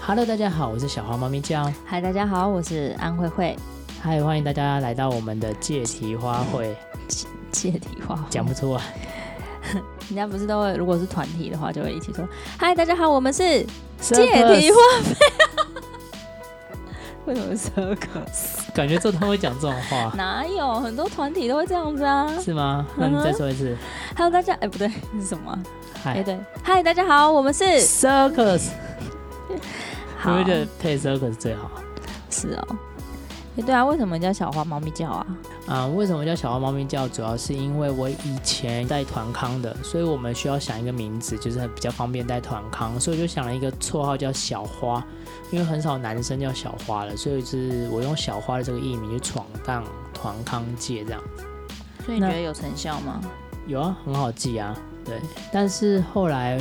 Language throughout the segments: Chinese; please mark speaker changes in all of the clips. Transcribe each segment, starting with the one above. Speaker 1: Hello，大家好，我是小黄猫咪酱。
Speaker 2: 嗨，大家好，我是安慧慧，
Speaker 1: 嗨，欢迎大家来到我们的借题花卉，
Speaker 2: 借题花
Speaker 1: 讲不 出啊来，
Speaker 2: 人家不是都会，如果是团体的话，就会一起说：“嗨，大家好，我们是借
Speaker 1: Circus
Speaker 2: 题花费。”为什么是 circus？
Speaker 1: 感觉这他会讲这种 话
Speaker 2: 哪有很多团体都会这样子啊
Speaker 1: 是吗？那你再说一次，
Speaker 2: ？Hello，大家，哎、不对，是什么啊？哎、
Speaker 1: 嗨
Speaker 2: 对，嗨，大家好，我们是
Speaker 1: ，circus，你
Speaker 2: 好
Speaker 1: 会觉得配 circus 最好
Speaker 2: 是哦。哎、对啊，为什么叫小花猫咪叫啊？
Speaker 1: 啊？为什么叫小黄猫咪叫？主要是因为我以前带团康的，所以我们需要想一个名字，就是比较方便带团康，所以我就想了一个绰号叫小花，因为很少男生叫小花了，所以是我用小花的这个艺名去闯荡团康界这样。
Speaker 2: 所以
Speaker 1: 那
Speaker 2: 你觉得有成效吗？
Speaker 1: 有啊，很好记啊，对。但是后来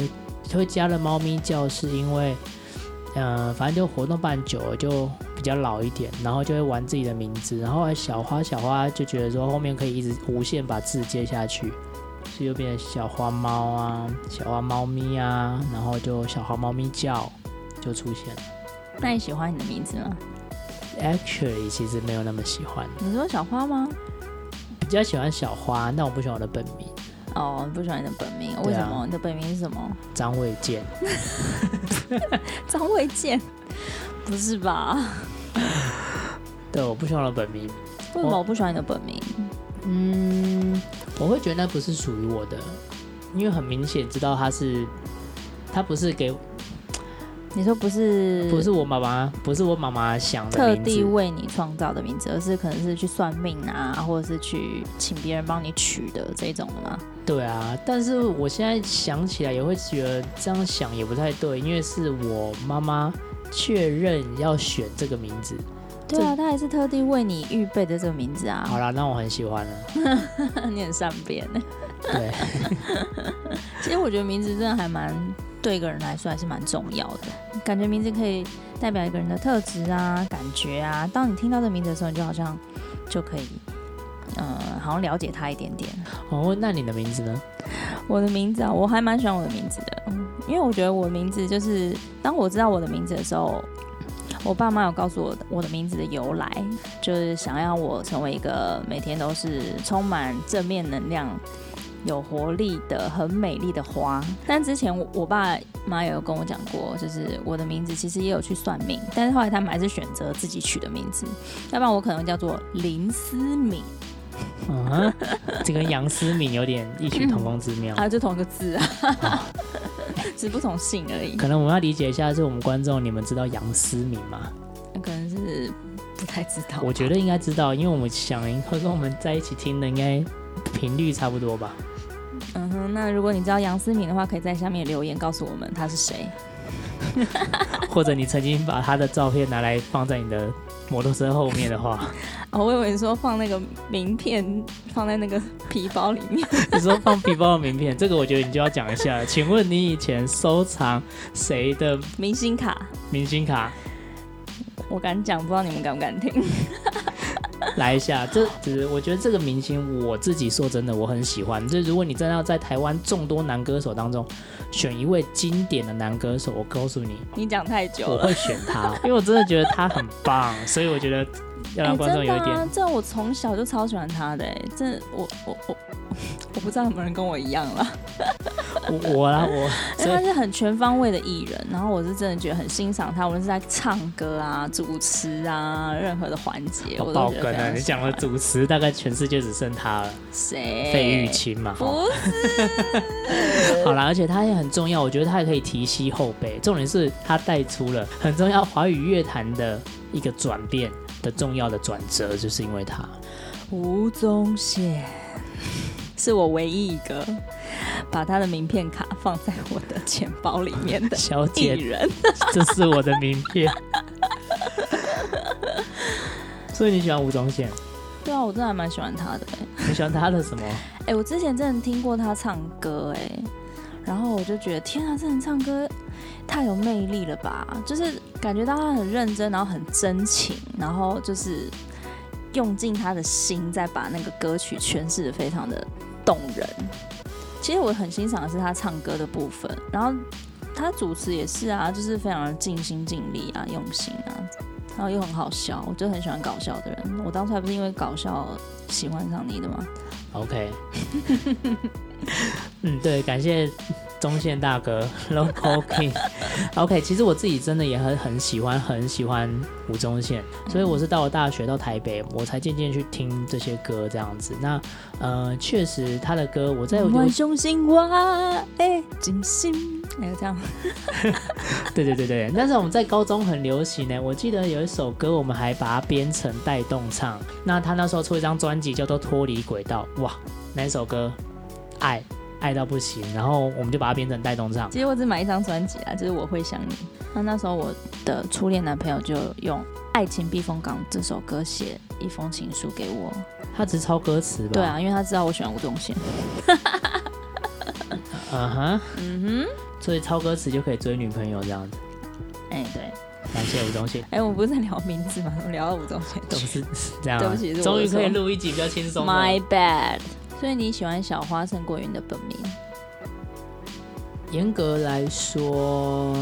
Speaker 1: 会加了猫咪叫，是因为，呃，反正就活动办久了就比较老一点，然后就会玩自己的名字，然后小花小花就觉得说后面可以一直无限把字接下去，所以就变成小花猫啊，小花猫咪啊，然后就小花猫咪叫就出现了。
Speaker 2: 那你喜欢你的名字吗？
Speaker 1: Actually，其实没有那么喜欢，
Speaker 2: 你说小花吗？
Speaker 1: 比较喜欢小花，但我不喜欢我的本名
Speaker 2: 哦，你不喜欢你的本名，
Speaker 1: 对
Speaker 2: 为
Speaker 1: 啊
Speaker 2: 什么？你的本名是什么？
Speaker 1: 张卫健。
Speaker 2: 张卫健？不是吧？
Speaker 1: 对，我不喜欢我的本名，
Speaker 2: 为什么我不喜欢你的本名？
Speaker 1: 嗯，我会觉得那不是属于我的，因为很明显知道他是，他不是给，
Speaker 2: 你说不是
Speaker 1: 不是我妈妈，不是我妈妈想的
Speaker 2: 嗯特
Speaker 1: 名
Speaker 2: 地
Speaker 1: 字。
Speaker 2: 为你创造的名字，而是可能是去算命啊，或者是去请别人帮你取的这种的吗？
Speaker 1: 对啊，但是我现在想起来也会觉得这样想也不太对，因为是我妈妈确认要选这个名字。
Speaker 2: 对啊，他还是特地为你预备的这个名字
Speaker 1: 好
Speaker 2: 啊，
Speaker 1: 啦，那我很喜欢了。
Speaker 2: 你很善变。
Speaker 1: 对，
Speaker 2: 其实我觉得名字真的还蛮对一个人来说还是蛮重要的，感觉名字可以代表一个人的特质啊、感觉啊。当你听到这名字的时候，你就好像就可以，呃，好像了解他一点点。
Speaker 1: 哦，那你的名字呢？
Speaker 2: 我的名字啊，我还蛮喜欢我的名字的，嗯因为我觉得我的名字就是当我知道我的名字的时候，我爸妈有告诉我的我的名字的由来，就是想要我成为一个每天都是充满正面能量、有活力的、很美丽的花。但之前我我爸妈有跟我讲过，就是我的名字其实也有去算命，但是后来他们还是选择自己取的名字，要不然我可能叫做林思敏
Speaker 1: 嗯哼，这跟杨思敏有点异曲同工之妙。
Speaker 2: 啊，就同一个字啊，只是不同姓而已。
Speaker 1: 可能我们要理解一下，是我们观众，你们知道杨思敏吗？
Speaker 2: 可能是不太知道。
Speaker 1: 我觉得应该知道，因为我们想会跟我们在一起听的应该频率差不多吧。
Speaker 2: 嗯哼，那如果你知道杨思敏的话，可以在下面留言告诉我们他是谁。
Speaker 1: 或者你曾经把他的照片拿来放在你的摩托车后面的话，
Speaker 2: 哦，我以为你说放那个名片放在那个皮包里面。
Speaker 1: 你说放皮包的名片，这个我觉得你就要讲一下了。请问你以前收藏谁的
Speaker 2: 明星卡，
Speaker 1: 明星卡？
Speaker 2: 我敢讲，不知道你们敢不敢听。
Speaker 1: 来一下，这只是我觉得这个明星我自己说真的我很喜欢。就是如果你真的要在台湾众多男歌手当中选一位经典的男歌手，我告诉你，
Speaker 2: 你讲太久
Speaker 1: 我
Speaker 2: 了。
Speaker 1: 会选他，
Speaker 2: 哦
Speaker 1: 因为我真的觉得他很棒，所以我觉得要让观众有一
Speaker 2: 真的
Speaker 1: 点
Speaker 2: 啊，这我从小就超喜欢他的、哎，这我我我 我不知道有没有人跟我一样啦。
Speaker 1: 我我啦，我
Speaker 2: 因为
Speaker 1: 所
Speaker 2: 他
Speaker 1: 以
Speaker 2: 是很全方位的艺人，然后我是真的觉得很欣赏他，无论是在唱歌啊、主持啊，任何的环节，
Speaker 1: 好
Speaker 2: 我
Speaker 1: 爆
Speaker 2: 都觉
Speaker 1: 梗
Speaker 2: 得非
Speaker 1: 啊！
Speaker 2: 常
Speaker 1: 你
Speaker 2: 喜
Speaker 1: 讲
Speaker 2: 欢
Speaker 1: 了主持，大概全世界只剩他了，
Speaker 2: 谁？
Speaker 1: 费玉清嘛。齁
Speaker 2: 不是，
Speaker 1: 好啦，而且他也很重要，我觉得他也可以提携后辈。重点是他带出了很重要华语乐坛的一个转变的重要的转折，就是因为他。
Speaker 2: 吴宗宪是我唯一一个把他的名片卡放在我的钱包里面的
Speaker 1: 小
Speaker 2: 艺
Speaker 1: 姐，
Speaker 2: 人。
Speaker 1: 这是我的名片。 所以你喜欢吴宗宪？
Speaker 2: 对啊，我真的还蛮喜欢他的、欸。
Speaker 1: 你喜欢他的什么？
Speaker 2: 哎、我之前真的听过他唱歌、哎，然后我就觉得天啊，这人唱歌太有魅力了吧！就是感觉到他很认真，然后很真情，然后就是用尽他的心，再把那个歌曲诠释的非常的动人。其实我很欣赏的是他唱歌的部分，然后他主持也是啊，就是非常尽心尽力啊，用心啊，然后又很好笑，我就很喜欢搞笑的人。我当初还不是因为搞笑喜欢上你的吗？
Speaker 1: OK，嗯，对，感谢中线大哥 Local King。OK，其实我自己真的也很很喜欢，很喜欢吴宗宪，所以我是到了大学到台北，我才渐渐去听这些歌这样子。那呃，确实他的歌，我在我
Speaker 2: 玩雄心哇，哎，真心，哎，这样，
Speaker 1: 对对对对，但是我们在高中很流行呢。我记得有一首歌，我们还把它编成带动唱。那他那时候出一张专辑叫做《脱离轨道》，哇，那一首歌爱爱到不行，然后我们就把它编成带动唱。
Speaker 2: 其实我只买一张专辑啊，就是我会想你。那那时候我的初恋男朋友就用《爱情避风港》这首歌写一封情书给我。
Speaker 1: 他只是抄歌词吧？
Speaker 2: 对啊，因为他知道我喜欢吴宗宪。
Speaker 1: 嗯哼，
Speaker 2: 嗯
Speaker 1: 所以抄歌词就可以追女朋友这样子。
Speaker 2: 哼，哎、对，
Speaker 1: 感谢吴 宗宪，
Speaker 2: 哎、我们不是在聊名字吗？怎么聊到吴宗宪
Speaker 1: 都
Speaker 2: 去
Speaker 1: 是这样啊。
Speaker 2: 对不起是我的
Speaker 1: 终于可以
Speaker 2: 错
Speaker 1: 录一集比较轻松的。
Speaker 2: ？My bad。所以你喜欢小花胜过于你的本名？
Speaker 1: 严格来说，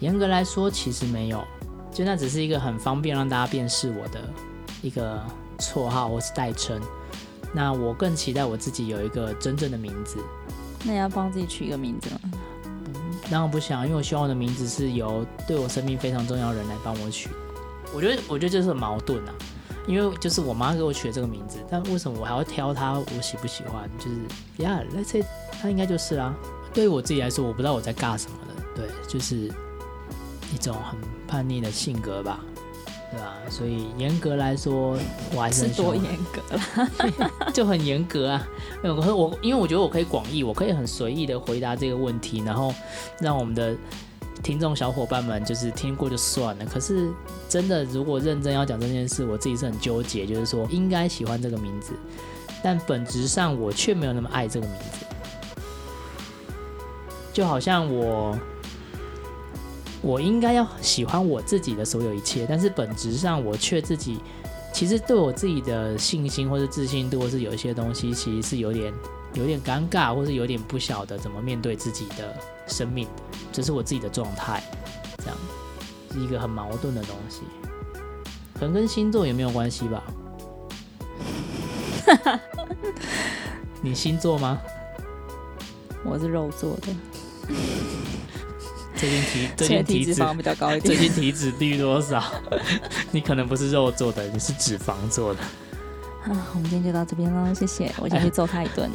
Speaker 1: 严格来说其实没有，就那只是一个很方便让大家辨识我的一个绰号或是代称。那我更期待我自己有一个真正的名字，
Speaker 2: 那你要帮自己取一个名字吗？
Speaker 1: 当然不想，因为我希望我的名字是由对我生命非常重要的人来帮我取。我觉得，我觉得这是很矛盾啊，因为就是我妈给我取的这个名字，但为什么我还要挑她？我喜不喜欢？就是呀、yeah,，let's say 她应该就是啦、对于我自己来说，我不知道我在尬什么的，对，就是一种很叛逆的性格吧，对吧、所以严格来说，我还是
Speaker 2: 是
Speaker 1: 很喜
Speaker 2: 多
Speaker 1: 欢
Speaker 2: 严 格啦。
Speaker 1: 就很严格啊。我可我因为我觉得我可以广义，我可以很随意的回答这个问题，然后让我们的听众小伙伴们就是听过就算了。可是真的，如果认真要讲这件事，我自己是很纠结，就是说应该喜欢这个名字，但本质上我却没有那么爱这个名字。就好像我，我应该要喜欢我自己的所有一切，但是本质上我却自己其实对我自己的信心或是自信度，或是有一些东西，其实是有点有点尴尬，或是有点不晓得怎么面对自己的生命的，这是我自己的状态，这样是一个很矛盾的东西，可能跟星座也没有关 系吧。你星座吗？
Speaker 2: 我是肉做的，
Speaker 1: 最近体最
Speaker 2: 所以
Speaker 1: 近
Speaker 2: 体
Speaker 1: 体
Speaker 2: 脂
Speaker 1: 脂
Speaker 2: 肪比较高 一
Speaker 1: 最
Speaker 2: 点。
Speaker 1: 近体脂率多少？ 你可能不是肉做的，你是脂肪做的。
Speaker 2: 啊，我们今天就到这边了，谢谢，我先去揍他一顿。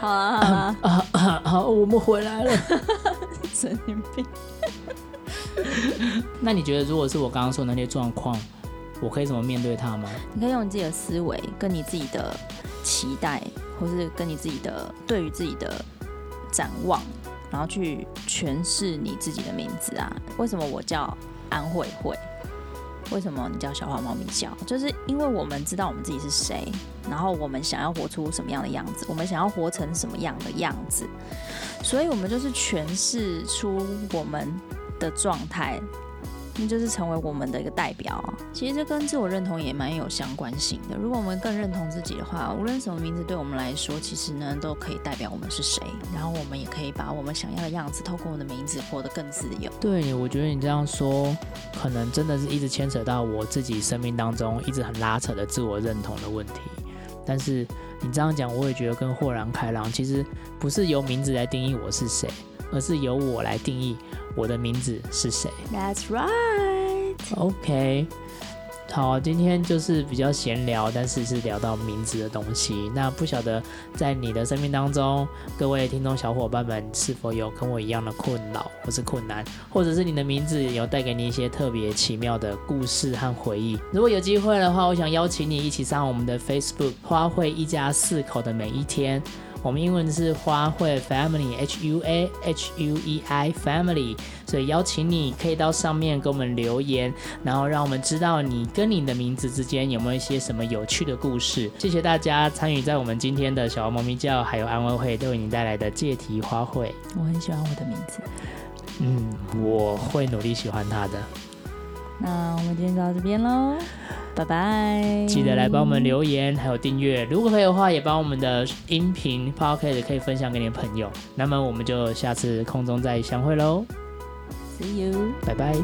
Speaker 2: 好啦好啦，
Speaker 1: 啊啊啊！我们回来了。
Speaker 2: 神经病。
Speaker 1: 那你觉得，如果是我刚刚说的那些状况，我可以怎么面对它吗？
Speaker 2: 你可以用你自己的思维，跟你自己的期待，或是跟你自己的对于自己的展望，然后去诠释你自己的名字啊。为什么我叫安慧慧？为什么你叫小花猫咪叫？就是因为我们知道我们自己是谁，然后我们想要活出什么样的样子，我们想要活成什么样的样子，所以我们就是诠释出我们的状态，那就是成为我们的一个代表啊。其实这跟自我认同也蛮有相关性的。如果我们更认同自己的话，无论什么名字对我们来说，其实呢都可以代表我们是谁。然后我们也可以把我们想要的样子，透过我们的名字活得更自由。
Speaker 1: 对，我觉得你这样说，可能真的是一直牵扯到我自己生命当中一直很拉扯的自我认同的问题。但是你这样讲，我也觉得跟豁然开朗，其实不是由名字来定义我是谁，而是由我来定义我的名字是谁。
Speaker 2: That's right。
Speaker 1: OK，好，今天就是比较闲聊，但是是聊到名字的东西。那不晓得在你的生命当中，各位听众小伙伴们是否有跟我一样的困扰或是困难，或者是你的名字有带给你一些特别奇妙的故事和回忆？如果有机会的话，我想邀请你一起上我们的 Facebook“ 花卉一家四口的每一天”。我们英文是花卉 family H U A H U E I family，所以邀请你可以到上面给我们留言，然后让我们知道你跟你的名字之间有没有一些什么有趣的故事。谢谢大家参与在我们今天的小猫猫咪叫还有安慰会都为你带来的借题花卉。
Speaker 2: 我很喜欢我的名字。
Speaker 1: 嗯，我会努力喜欢它的。
Speaker 2: 那我们今天就到这边喽，拜拜，
Speaker 1: 嗯记得来帮我们留言，还有订阅。如果可以的话，也帮我们的音频 podcast 可以分享给你的朋友。那么我们就下次空中再相会喽，
Speaker 2: ，See you。
Speaker 1: 拜拜。